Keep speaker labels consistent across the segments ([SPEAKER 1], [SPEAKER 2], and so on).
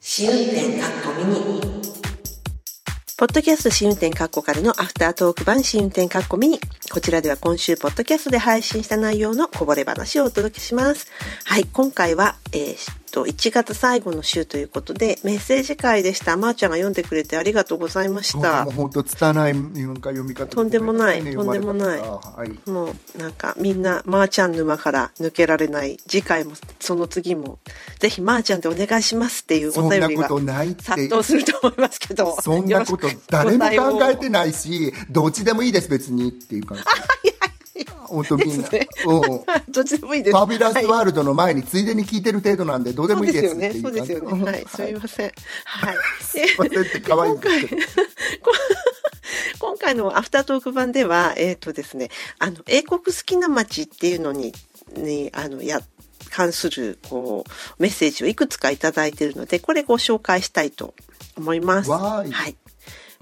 [SPEAKER 1] 試運転かっこミニ
[SPEAKER 2] ポッドキャスト試運転カッコ仮のアフタートーク版試運転カッコミニ。こちらでは今週ポッドキャストで配信した内容のこぼれ話をお届けします。はい、今回は、えーっと、1月最後の週ということで、メッセージ会でした。まー、ちゃんが読んでくれてありがとうございまし
[SPEAKER 3] もう
[SPEAKER 2] た
[SPEAKER 3] もう。本当拙い日本か読み方
[SPEAKER 2] とんでもない
[SPEAKER 3] ね
[SPEAKER 2] とんでもない
[SPEAKER 3] 読まれた方
[SPEAKER 2] もうなんかみんなまーちゃん沼から抜けられない次回もその次もぜひまーちゃんでお願いしますっていうお
[SPEAKER 3] はい、
[SPEAKER 2] 便
[SPEAKER 3] そん
[SPEAKER 2] り
[SPEAKER 3] なこ
[SPEAKER 2] が
[SPEAKER 3] とないって
[SPEAKER 2] 殺到すると思いますけど
[SPEAKER 3] そんなこと誰も考えてないしどっちでもいいです別にっていう感じ本当みん
[SPEAKER 2] で
[SPEAKER 3] な、
[SPEAKER 2] すね
[SPEAKER 3] うん
[SPEAKER 2] どっちでもいいです
[SPEAKER 3] ファビュラス
[SPEAKER 2] は
[SPEAKER 3] ワールドの前についでに聞いてる程度なんでどうで
[SPEAKER 2] いそう
[SPEAKER 3] もいい
[SPEAKER 2] で
[SPEAKER 3] ですす
[SPEAKER 2] よ
[SPEAKER 3] って
[SPEAKER 2] ね
[SPEAKER 3] いう
[SPEAKER 2] そうで
[SPEAKER 3] 感じ
[SPEAKER 2] すよねはいすみ
[SPEAKER 3] はい
[SPEAKER 2] ません はい
[SPEAKER 3] すいませんって 可愛いんですけど
[SPEAKER 2] こ今回のアフタートーク版では、えっ、とですね、あの、英国好きな街っていうのに、に、あの、や、関する、こう、メッセージをいくつかいただいているので、これご紹介したいと思います。
[SPEAKER 3] わーい
[SPEAKER 2] はい。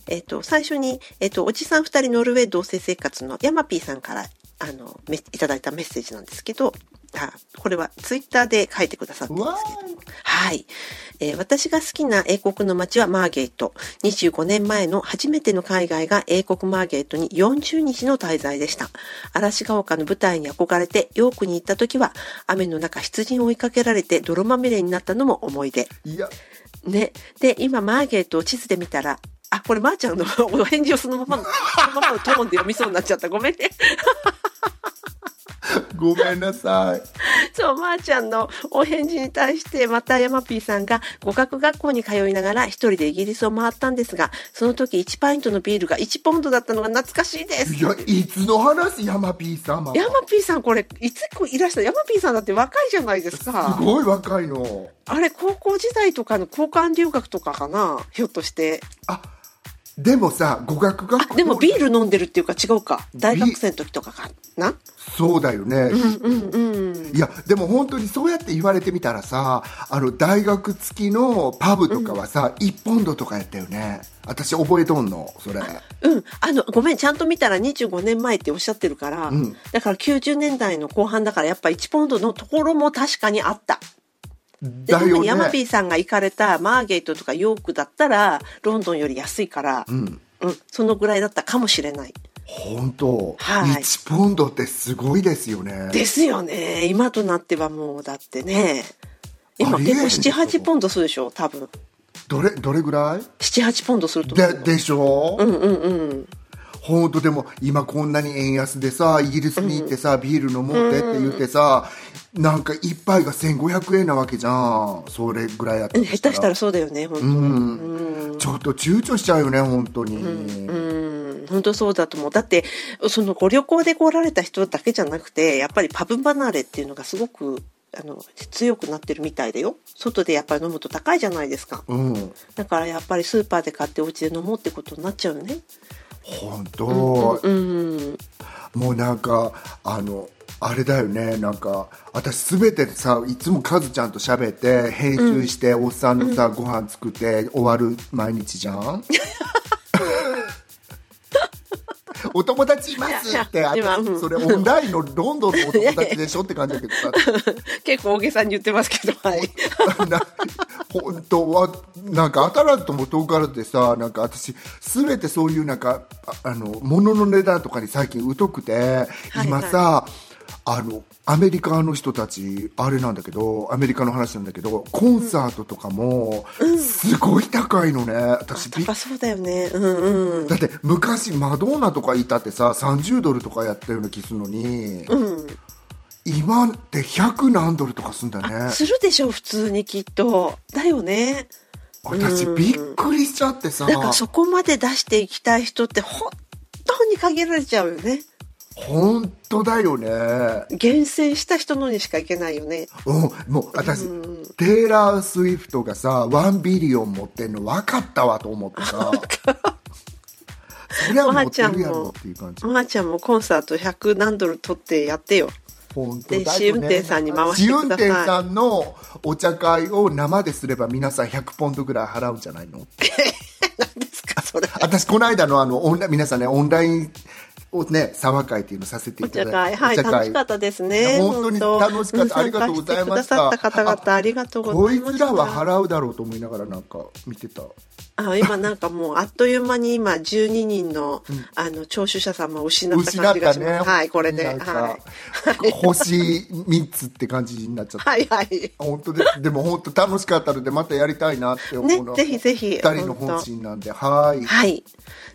[SPEAKER 2] えっ、と、最初に、えっ、と、おじさん二人ノルウェー同棲生活のヤマピーさんから、あの、めいただいたメッセージなんですけど、あこれはツイッターで書いてくださってます
[SPEAKER 3] わ
[SPEAKER 2] けど、
[SPEAKER 3] ーい
[SPEAKER 2] はい、えー私が好きな英国の街はマーゲート。25年前の初めての海外が英国マーゲートに40日の滞在でした。嵐ヶ丘の舞台に憧れてヨークに行った時は雨の中出陣を追いかけられて泥まみれになったのも思い出。
[SPEAKER 3] いや
[SPEAKER 2] ね。で、今マーゲートを地図で見たら、あ、これまーちゃんのお返事をそのままの、そのままのトーンで読みそうになっちゃった。ごめんね。
[SPEAKER 3] ごめんなさい
[SPEAKER 2] そう、まー、ちゃんのお返事に対して、またヤマピーさんが語学学校に通いながら一人でイギリスを回ったんですが、その時1パイントのビールが1ポンドだったのが懐かしいです。
[SPEAKER 3] いやいつの話ヤマピー様
[SPEAKER 2] ヤマピーさんこれ、いついらしたヤマピーさんだって若いじゃないですか
[SPEAKER 3] す。ごい若いの
[SPEAKER 2] あれ、高校時代とかの交換留学とかかなひょっとして。
[SPEAKER 3] あでもさ語学学
[SPEAKER 2] あ、
[SPEAKER 3] 校
[SPEAKER 2] でもビール飲んでるっていうか違うか。大学生の時とかかな
[SPEAKER 3] そうだよね、
[SPEAKER 2] うんうん。
[SPEAKER 3] いやでも本当にそうやって言われてみたらさあの大学付きのパブとかはさ、1ポンドとかやったよね私覚えとんのそれ
[SPEAKER 2] うん。あの、ごめん、ちゃんと見たら25年前っておっしゃってるから、
[SPEAKER 3] うん
[SPEAKER 2] だから90年代の後半だからやっぱ1ポンドのところも確かにあった。で、
[SPEAKER 3] だ
[SPEAKER 2] 特にヤ
[SPEAKER 3] よ
[SPEAKER 2] マピ
[SPEAKER 3] ね
[SPEAKER 2] ーさんが行かれたマーゲートとかヨークだったらロンドンより安いから、
[SPEAKER 3] うん
[SPEAKER 2] うん、そのぐらいだったかもしれない。
[SPEAKER 3] 本当、
[SPEAKER 2] はい
[SPEAKER 3] 1ポンドってすごいですよね
[SPEAKER 2] ですよね。今となってはもうだってね。今
[SPEAKER 3] ありえ
[SPEAKER 2] 結
[SPEAKER 3] な
[SPEAKER 2] 構
[SPEAKER 3] いでし
[SPEAKER 2] 7、
[SPEAKER 3] ょ
[SPEAKER 2] 8ポンドするでしょ多分。
[SPEAKER 3] どれどれぐらい
[SPEAKER 2] 7、8ポンドすると思
[SPEAKER 3] で
[SPEAKER 2] う。
[SPEAKER 3] でしょ、
[SPEAKER 2] うんうんうん。
[SPEAKER 3] 本当でも今こんなに円安でさイギリスに行ってさ、ビール飲もうってって言ってさ、なんか一杯が1500円なわけじゃんそれぐらいやった
[SPEAKER 2] うん
[SPEAKER 3] と
[SPEAKER 2] 下手したらそうだよね、本当に。
[SPEAKER 3] うん
[SPEAKER 2] うん
[SPEAKER 3] ちょっと躊躇しちゃうよね本当に、
[SPEAKER 2] うん本当そうだと思う。だって、そのご旅行で来られた人だけじゃなくて、やっぱりパブ離れっていうのがすごく、あの、強くなってるみたいだよ。外でやっぱり飲むと高いじゃないですか。
[SPEAKER 3] うん
[SPEAKER 2] だからやっぱりスーパーで買ってお家で飲もうってことになっちゃうよね。
[SPEAKER 3] 本当、
[SPEAKER 2] うん。
[SPEAKER 3] もうなんかあのあれだよねなんか私全てさいつもカズちゃんと喋って編集して、おっさんのさ、ご飯作って終わる毎日じゃ んお友達いますって
[SPEAKER 2] いやいや
[SPEAKER 3] 私
[SPEAKER 2] 今うん
[SPEAKER 3] それオンラインのロンドンのお友達でしょって感じだけどさ
[SPEAKER 2] 結構大げさに言ってますけど、はい。
[SPEAKER 3] な本当はなんか当たらずとも遠からずでさなんか私すべてそういうなんかああの物の値段とかに最近疎くて
[SPEAKER 2] はい
[SPEAKER 3] 今さ、あのアメリカの人たちあれなんだけどアメリカの話なんだけどコンサートとかもすごい高いのね、私びっ
[SPEAKER 2] 高そうだよね。うんうん。
[SPEAKER 3] だって昔マドンナとかいたってさ30ドルとかやったような気するのに、
[SPEAKER 2] うん。
[SPEAKER 3] 今って100何ドルとかすんだね
[SPEAKER 2] するでしょ、普通にきっと。だよね。
[SPEAKER 3] 私
[SPEAKER 2] うん
[SPEAKER 3] びっくりしちゃってさ
[SPEAKER 2] だからそこまで出していきたい人って本当に限られちゃうよね。
[SPEAKER 3] 本当だよね、
[SPEAKER 2] 厳選した人のにしかいけないよね。
[SPEAKER 3] うん、もう私、テイラー・スウィフトがさ1ビリオン持ってんの分かったわと思っ てさそりゃ持ってるやろっていう感 じ
[SPEAKER 2] まーちゃんもコンサート100何ドル取ってやってよ。
[SPEAKER 3] 本
[SPEAKER 2] で試運転さんに回してください
[SPEAKER 3] 試運転さんのお茶会を生ですれば皆さん100ポンドぐらい払うんじゃないの
[SPEAKER 2] 何ですか、それ。
[SPEAKER 3] 私この間のあのオンライン皆さんねオンラインをね、沢会っていうのさせて
[SPEAKER 2] お
[SPEAKER 3] い
[SPEAKER 2] 茶
[SPEAKER 3] ただ
[SPEAKER 2] 会、はい、
[SPEAKER 3] お茶会
[SPEAKER 2] 楽しかったですね。
[SPEAKER 3] いや本当に楽しかったありがとうございました
[SPEAKER 2] 参加してくださった方々、ありがとうご
[SPEAKER 3] こ
[SPEAKER 2] ざい
[SPEAKER 3] い
[SPEAKER 2] ました。
[SPEAKER 3] つらは払うだろうと思いながらなんか見てた。
[SPEAKER 2] あ今なんかもうあっという間に今12人の,、あの聴取者様を失った
[SPEAKER 3] 失
[SPEAKER 2] 感
[SPEAKER 3] っ
[SPEAKER 2] じが
[SPEAKER 3] た
[SPEAKER 2] し
[SPEAKER 3] ね
[SPEAKER 2] ます、。はいこれで、は、
[SPEAKER 3] ないんか
[SPEAKER 2] は
[SPEAKER 3] 星三つって感じにな っちゃった。
[SPEAKER 2] いはい
[SPEAKER 3] 本当です。でも本当楽しかったのでまたやりたいなって思うの。
[SPEAKER 2] ねぜひぜひ
[SPEAKER 3] 二人の本心なんで、はーい。
[SPEAKER 2] はい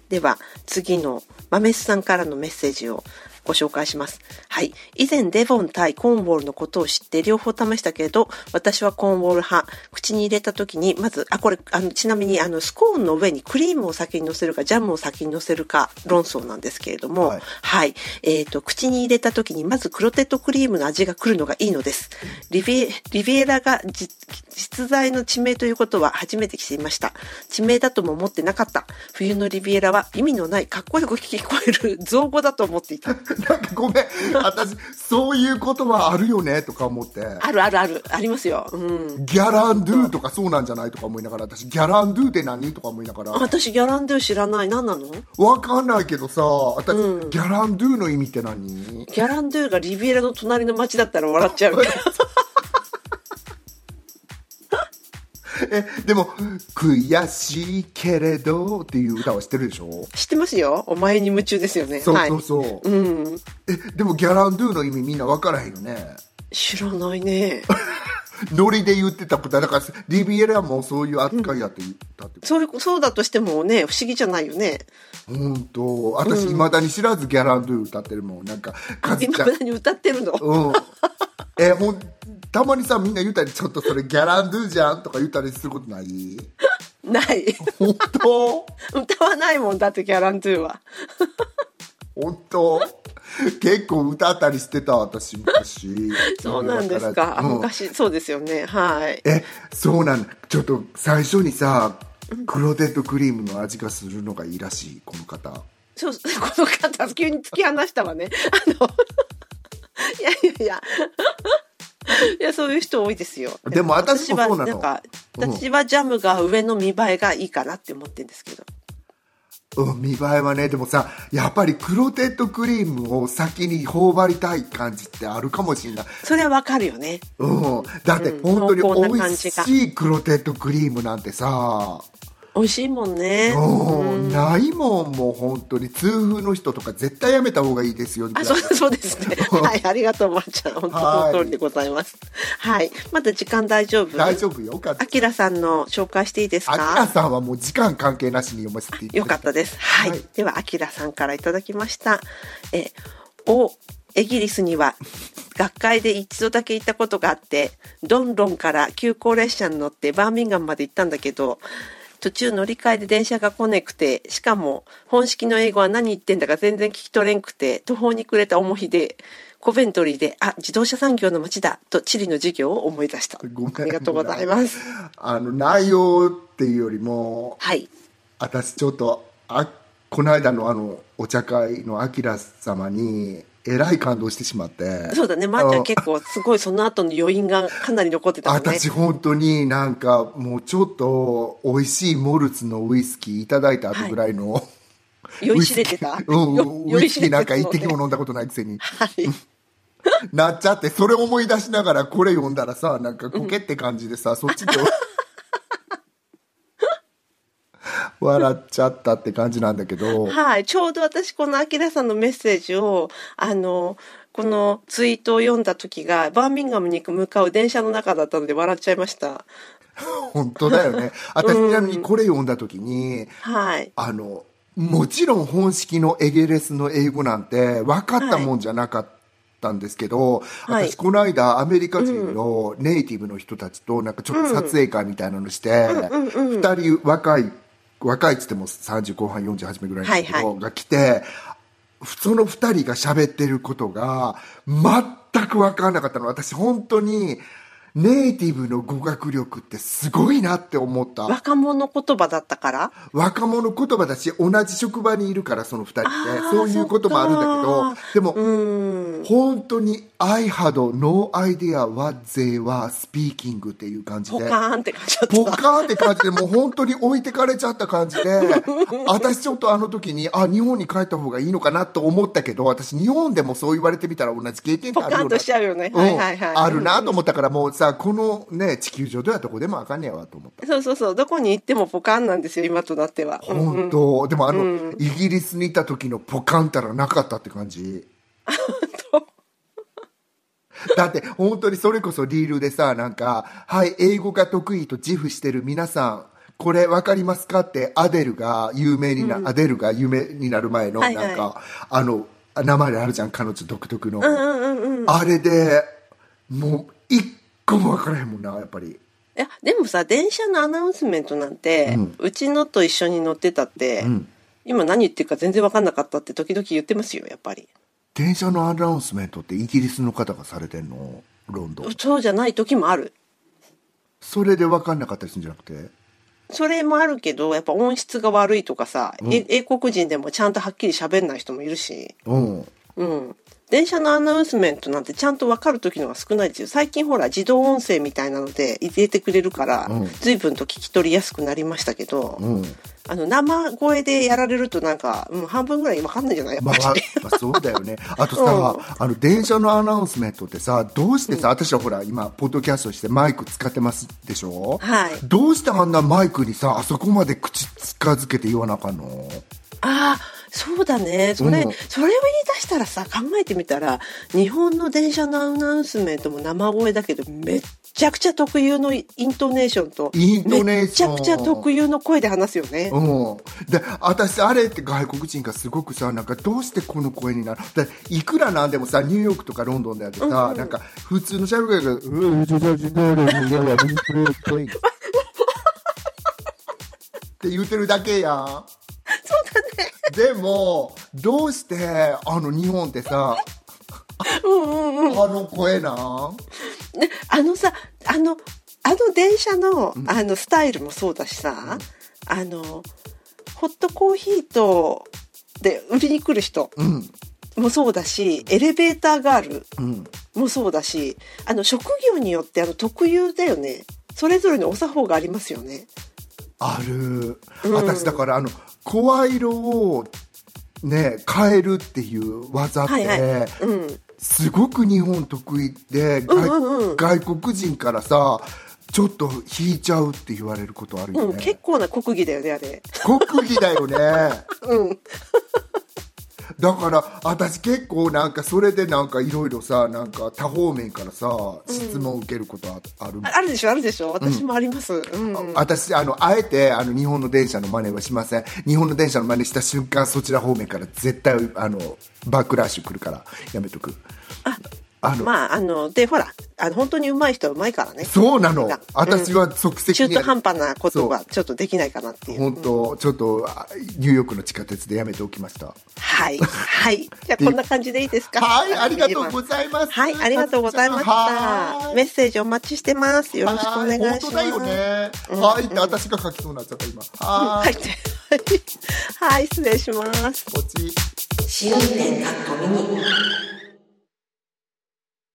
[SPEAKER 2] では次の豆須さんからのメッセージをご紹介しますはい以前デボン対コーンウォールのことを知って両方試したけれど私はコーンウォール派口に入れた時にまずあこれあのちなみにあのスコーンの上にクリームを先に乗せるかジャムを先に乗せるか論争なんですけれども
[SPEAKER 3] はい
[SPEAKER 2] はい。えっ、と、口に入れた時に、まずクロテッドクリームの味が来るのがいいのです。リビエリビエラが実実在の地名ということは初めて知りました。地名だとも思ってなかった。冬のリビエラは意味のないかっこよく聞こえる造語だと思って いた。
[SPEAKER 3] なんかごめん。私そういうことはあるよねとか思って。
[SPEAKER 2] あるあるある。ありますよ。うん。
[SPEAKER 3] ギャランドゥとかそうなんじゃないとか思いながら私ギャランドゥって何とか思いながら
[SPEAKER 2] 私、ギャランドゥ知らない。何なの
[SPEAKER 3] わかんないけどさ私、ギャランドゥの意味って何
[SPEAKER 2] ギャランドゥがリビエラの隣の町だったら笑っちゃうから。
[SPEAKER 3] えでも「悔しいけれど」っていう歌は知ってるでしょ
[SPEAKER 2] 知ってますよ。お前に夢中ですよね。
[SPEAKER 3] そう
[SPEAKER 2] はい
[SPEAKER 3] そう。そう、
[SPEAKER 2] うん。
[SPEAKER 3] えでもギャランドゥの意味みんなわからへんよね
[SPEAKER 2] 知らないね。
[SPEAKER 3] ノリで言ってたことだからリビエラもそういう扱いだって言ったって
[SPEAKER 2] そういう、そうだとしてもね、不思議じゃないよね。
[SPEAKER 3] 本当私いまだに知らずギャランドゥ歌ってるもんなんかカズちゃ
[SPEAKER 2] 今
[SPEAKER 3] ん
[SPEAKER 2] 何歌ってるの
[SPEAKER 3] うん。え、ほん、たまにさ、みんな言ったり、ちょっとそれギャランドゥじゃんとか言ったりすることない
[SPEAKER 2] ない。
[SPEAKER 3] 本当
[SPEAKER 2] 歌わないもんだってギャランドゥは。
[SPEAKER 3] 本 当結構歌ったりしてた、私、昔。
[SPEAKER 2] そうなんですか。あ
[SPEAKER 3] うん
[SPEAKER 2] 昔、そうですよね。はい。
[SPEAKER 3] え、そうなんだ。ちょっと最初にさ、クロテッドクリームの味がするのがいいらしい、この方。
[SPEAKER 2] そう、この方、急に突き放したわね。あの、 いやいやいや。 いや、そういう人多いですよ。
[SPEAKER 3] でも私も
[SPEAKER 2] は、
[SPEAKER 3] そうなの
[SPEAKER 2] なんか、
[SPEAKER 3] うん
[SPEAKER 2] 私はジャムが上の見栄えがいいかなって思ってるんですけど。
[SPEAKER 3] うん、見栄えはね、でもさ、やっぱりクロテッドクリームを先に頬張りたい感じってあるかもしれない。
[SPEAKER 2] それはわかるよね。
[SPEAKER 3] うん、だって
[SPEAKER 2] うん
[SPEAKER 3] 本当に
[SPEAKER 2] 濃厚な
[SPEAKER 3] 美
[SPEAKER 2] 感
[SPEAKER 3] 味
[SPEAKER 2] じが
[SPEAKER 3] しいクロテッドクリームなんてさ、
[SPEAKER 2] 美味しいもんね。
[SPEAKER 3] うん、ないもんもう本当に痛風の人とか絶対やめた方がいいですよ
[SPEAKER 2] あ、そう、そうです ね。はい、ありがとう、まーちゃん。本当
[SPEAKER 3] はい
[SPEAKER 2] その通りでございます。はい、まだ時間大丈夫。
[SPEAKER 3] 大丈夫よかった
[SPEAKER 2] あきらさんの紹介していいです
[SPEAKER 3] あきら
[SPEAKER 2] か。
[SPEAKER 3] さんはもう時間関係なしに読ませていただき
[SPEAKER 2] よかったです。はい、
[SPEAKER 3] はい
[SPEAKER 2] では、あきらさんからいただきました。え、お、イギリスには。学会で一度だけ行ったことがあってドンロンから急行列車に乗ってバーミンガムまで行ったんだけど途中乗り換えで電車が来なくてしかも本式の英語は何言ってんだか全然聞き取れんくて途方に暮れた重ひでコベントリーで「あ自動車産業の街だ」と地理の授業を思い出した
[SPEAKER 3] ごめん
[SPEAKER 2] ありがとうございます
[SPEAKER 3] あの内容っていうよりも
[SPEAKER 2] はい
[SPEAKER 3] 私ちょっとあこの間のあのお茶会のあきら様にえらい感動してしまって
[SPEAKER 2] そうだねまー、ちゃ
[SPEAKER 3] うん
[SPEAKER 2] ん結構すごいその後の余韻がかなり残ってたもんね
[SPEAKER 3] 私本当になんかもうちょっと美味しいモルツのウイスキーいただいた後ぐらいの、
[SPEAKER 2] 酔いしれてた
[SPEAKER 3] うんうん、ウイスキーなんか一滴
[SPEAKER 2] も
[SPEAKER 3] も飲んだことないくせに
[SPEAKER 2] はい
[SPEAKER 3] なっちゃってそれ思い出しながらこれ読んだらさなんかコケって感じでさ、そっちで 笑っちゃったって感じなんだけど
[SPEAKER 2] はい、ちょうど私このアキラさんのメッセージをあのこのツイートを読んだ時がバーミンガムに向かう電車の中だったので笑っちゃいました。
[SPEAKER 3] 本当だよね私ちなみにこれ読んだ時に、
[SPEAKER 2] はい。
[SPEAKER 3] あのもちろん本式のエゲレスの英語なんて分かったもんじゃなかったんですけど、
[SPEAKER 2] はい
[SPEAKER 3] 私この間アメリカ人のネイティブの人たちとなんかちょっと撮影会みたいなのして、2人若い若いっつっても30後半48名ぐらいの人
[SPEAKER 2] はいは
[SPEAKER 3] が来て、その2人が喋ってることが全く分からなかったの私本当にネイティブの語学力ってすごいなって思った。
[SPEAKER 2] 若者言葉だったから
[SPEAKER 3] 若者言葉だし、同じ職場にいるから、その二人って
[SPEAKER 2] あー。
[SPEAKER 3] そういうこともあるん
[SPEAKER 2] そっか
[SPEAKER 3] だけど、でも、
[SPEAKER 2] うん
[SPEAKER 3] 本当に、I had no idea what they were speaking っていう感じ
[SPEAKER 2] ポ
[SPEAKER 3] で。
[SPEAKER 2] カーンって感じだ
[SPEAKER 3] ポ
[SPEAKER 2] っ
[SPEAKER 3] カーンって感じで、もう本当に置いてかれちゃっ た感じで、私ちょっとあの時に、あ、日本に帰った方がいいのかなと思ったけど、私日本でもそう言われてみたら同じ経験って
[SPEAKER 2] た
[SPEAKER 3] あ
[SPEAKER 2] ポ
[SPEAKER 3] る
[SPEAKER 2] カー
[SPEAKER 3] よ
[SPEAKER 2] ンと
[SPEAKER 3] な
[SPEAKER 2] し。ちゃうよね、
[SPEAKER 3] うん
[SPEAKER 2] はいはいはい
[SPEAKER 3] あるなと思ったから、もうさ、このね、地球上ではどこでもあかんねやわと思った。
[SPEAKER 2] そうそうそうどこに行ってもポカーンなんですよ今となってはうん
[SPEAKER 3] 本当、でもあの、イギリスにいた時のポカンたらなかったって 感じ。だって本当にそれこそリールでさなんか「はい英語が得意と自負してる皆さんこれ分かりますか?」ってアデルが有名にな、アデルが有名になる前の
[SPEAKER 2] は
[SPEAKER 3] ないんか、
[SPEAKER 2] はい
[SPEAKER 3] あの名前あるじゃん彼女独特の、
[SPEAKER 2] うんうんうん
[SPEAKER 3] あれでもう一個も分からへんもんなやっぱり
[SPEAKER 2] いやでもさ電車のアナウンスメントなんて、う
[SPEAKER 3] うん
[SPEAKER 2] ちのと一緒に乗ってたって、
[SPEAKER 3] ん
[SPEAKER 2] 今何言ってるか全然分かんなかったって時々言ってますよやっぱり
[SPEAKER 3] 電車のアナウンスメントってイギリスの方がされてんのロンドン
[SPEAKER 2] そうじゃない時もある
[SPEAKER 3] それで分かんなかったりするんじゃなくて
[SPEAKER 2] それもあるけどやっぱ音質が悪いとかさ、
[SPEAKER 3] うん
[SPEAKER 2] え英国人でもちゃんとはっきり喋んない人もいるし
[SPEAKER 3] うん
[SPEAKER 2] うん電車のアナウンスメントなんてちゃんと分かる時のが少ないですよ最近ほら自動音声みたいなので入れてくれるから、
[SPEAKER 3] うん
[SPEAKER 2] 随分と聞き取りやすくなりましたけど、
[SPEAKER 3] うん
[SPEAKER 2] あの生声でやられるとなんか、うん、半分ぐらい分かんないじゃないやっ
[SPEAKER 3] ま
[SPEAKER 2] ぱ
[SPEAKER 3] あ
[SPEAKER 2] り、、
[SPEAKER 3] まあ、そうだよね。あとさ、あの、電車のアナウンスメントってさ、どうしてさ、私はほら、今、ポッドキャストしてマイク使ってますでしょ
[SPEAKER 2] はい
[SPEAKER 3] どうしてあんなマイクにさ、あそこまで口近づけて言わなあかんの
[SPEAKER 2] ああそうだねそれ、
[SPEAKER 3] うん
[SPEAKER 2] それを言い出したらさ考えてみたら日本の電車のアナウンスメントも生声だけどめっちゃくちゃ特有のイントネーションと
[SPEAKER 3] イントネーション
[SPEAKER 2] めっちゃくちゃ特有の声で話すよね、
[SPEAKER 3] うん。で、私、あれって外国人がすごくさ、なんか、どうしてこの声になるでいくらなんでもさ、ニューヨークとかロンドンであってさ、なんか、普通のシャルが、うん、って言ってるだけやん。
[SPEAKER 2] そうだね
[SPEAKER 3] でもどうしてあの日本ってさ
[SPEAKER 2] うんうんうん
[SPEAKER 3] あの声なん
[SPEAKER 2] ねあのさあのあの電車のあのスタイルもそうだしさ、あのホットコーヒーとで売りに来る人
[SPEAKER 3] うん
[SPEAKER 2] もそうだしエレベーターガール
[SPEAKER 3] うん
[SPEAKER 2] もそうだしあの職業によってあの特有だよねそれぞれのお作法がありますよね
[SPEAKER 3] ある、
[SPEAKER 2] うん
[SPEAKER 3] 私だからあの声色をね変えるっていう技って、
[SPEAKER 2] はいはいうん
[SPEAKER 3] すごく日本得意で、
[SPEAKER 2] うん
[SPEAKER 3] 外
[SPEAKER 2] うんうん
[SPEAKER 3] 外国人からさちょっと引いちゃうって言われることあるよ
[SPEAKER 2] うん、
[SPEAKER 3] ね
[SPEAKER 2] 結、構な国技だよねあれ
[SPEAKER 3] 国技だよね
[SPEAKER 2] うん
[SPEAKER 3] だから私結構なんかそれでなんかいろいろさなんか多方面からさ質問を受けることああるもん
[SPEAKER 2] ああるでしょあるでしょ私もありますうん、
[SPEAKER 3] あ私あのあえてあの日本の電車の真似はしません日本の電車の真似した瞬間そちら方面から絶対あのバックラッシュ来るからやめとくあの、
[SPEAKER 2] まああのでほらあの本当に上手い人は上手いからね
[SPEAKER 3] そうなの
[SPEAKER 2] うん
[SPEAKER 3] 私は即席
[SPEAKER 2] 中
[SPEAKER 3] にや
[SPEAKER 2] 途
[SPEAKER 3] る
[SPEAKER 2] 半端なことがちょっとできないかなっていう
[SPEAKER 3] 本当ちょっとあニューヨークの地下鉄でやめておきました
[SPEAKER 2] はいはいじゃあこんな感じでいいですか
[SPEAKER 3] はいありがとうございます
[SPEAKER 2] はいありがとうございました
[SPEAKER 3] はい
[SPEAKER 2] メッセージお待ちしてますよろしくお願いします
[SPEAKER 3] 本当だよね、はいって私が書きそうになっちゃった今は、
[SPEAKER 2] はいいはい失礼します
[SPEAKER 3] こっち
[SPEAKER 1] 試運転かっこミニ。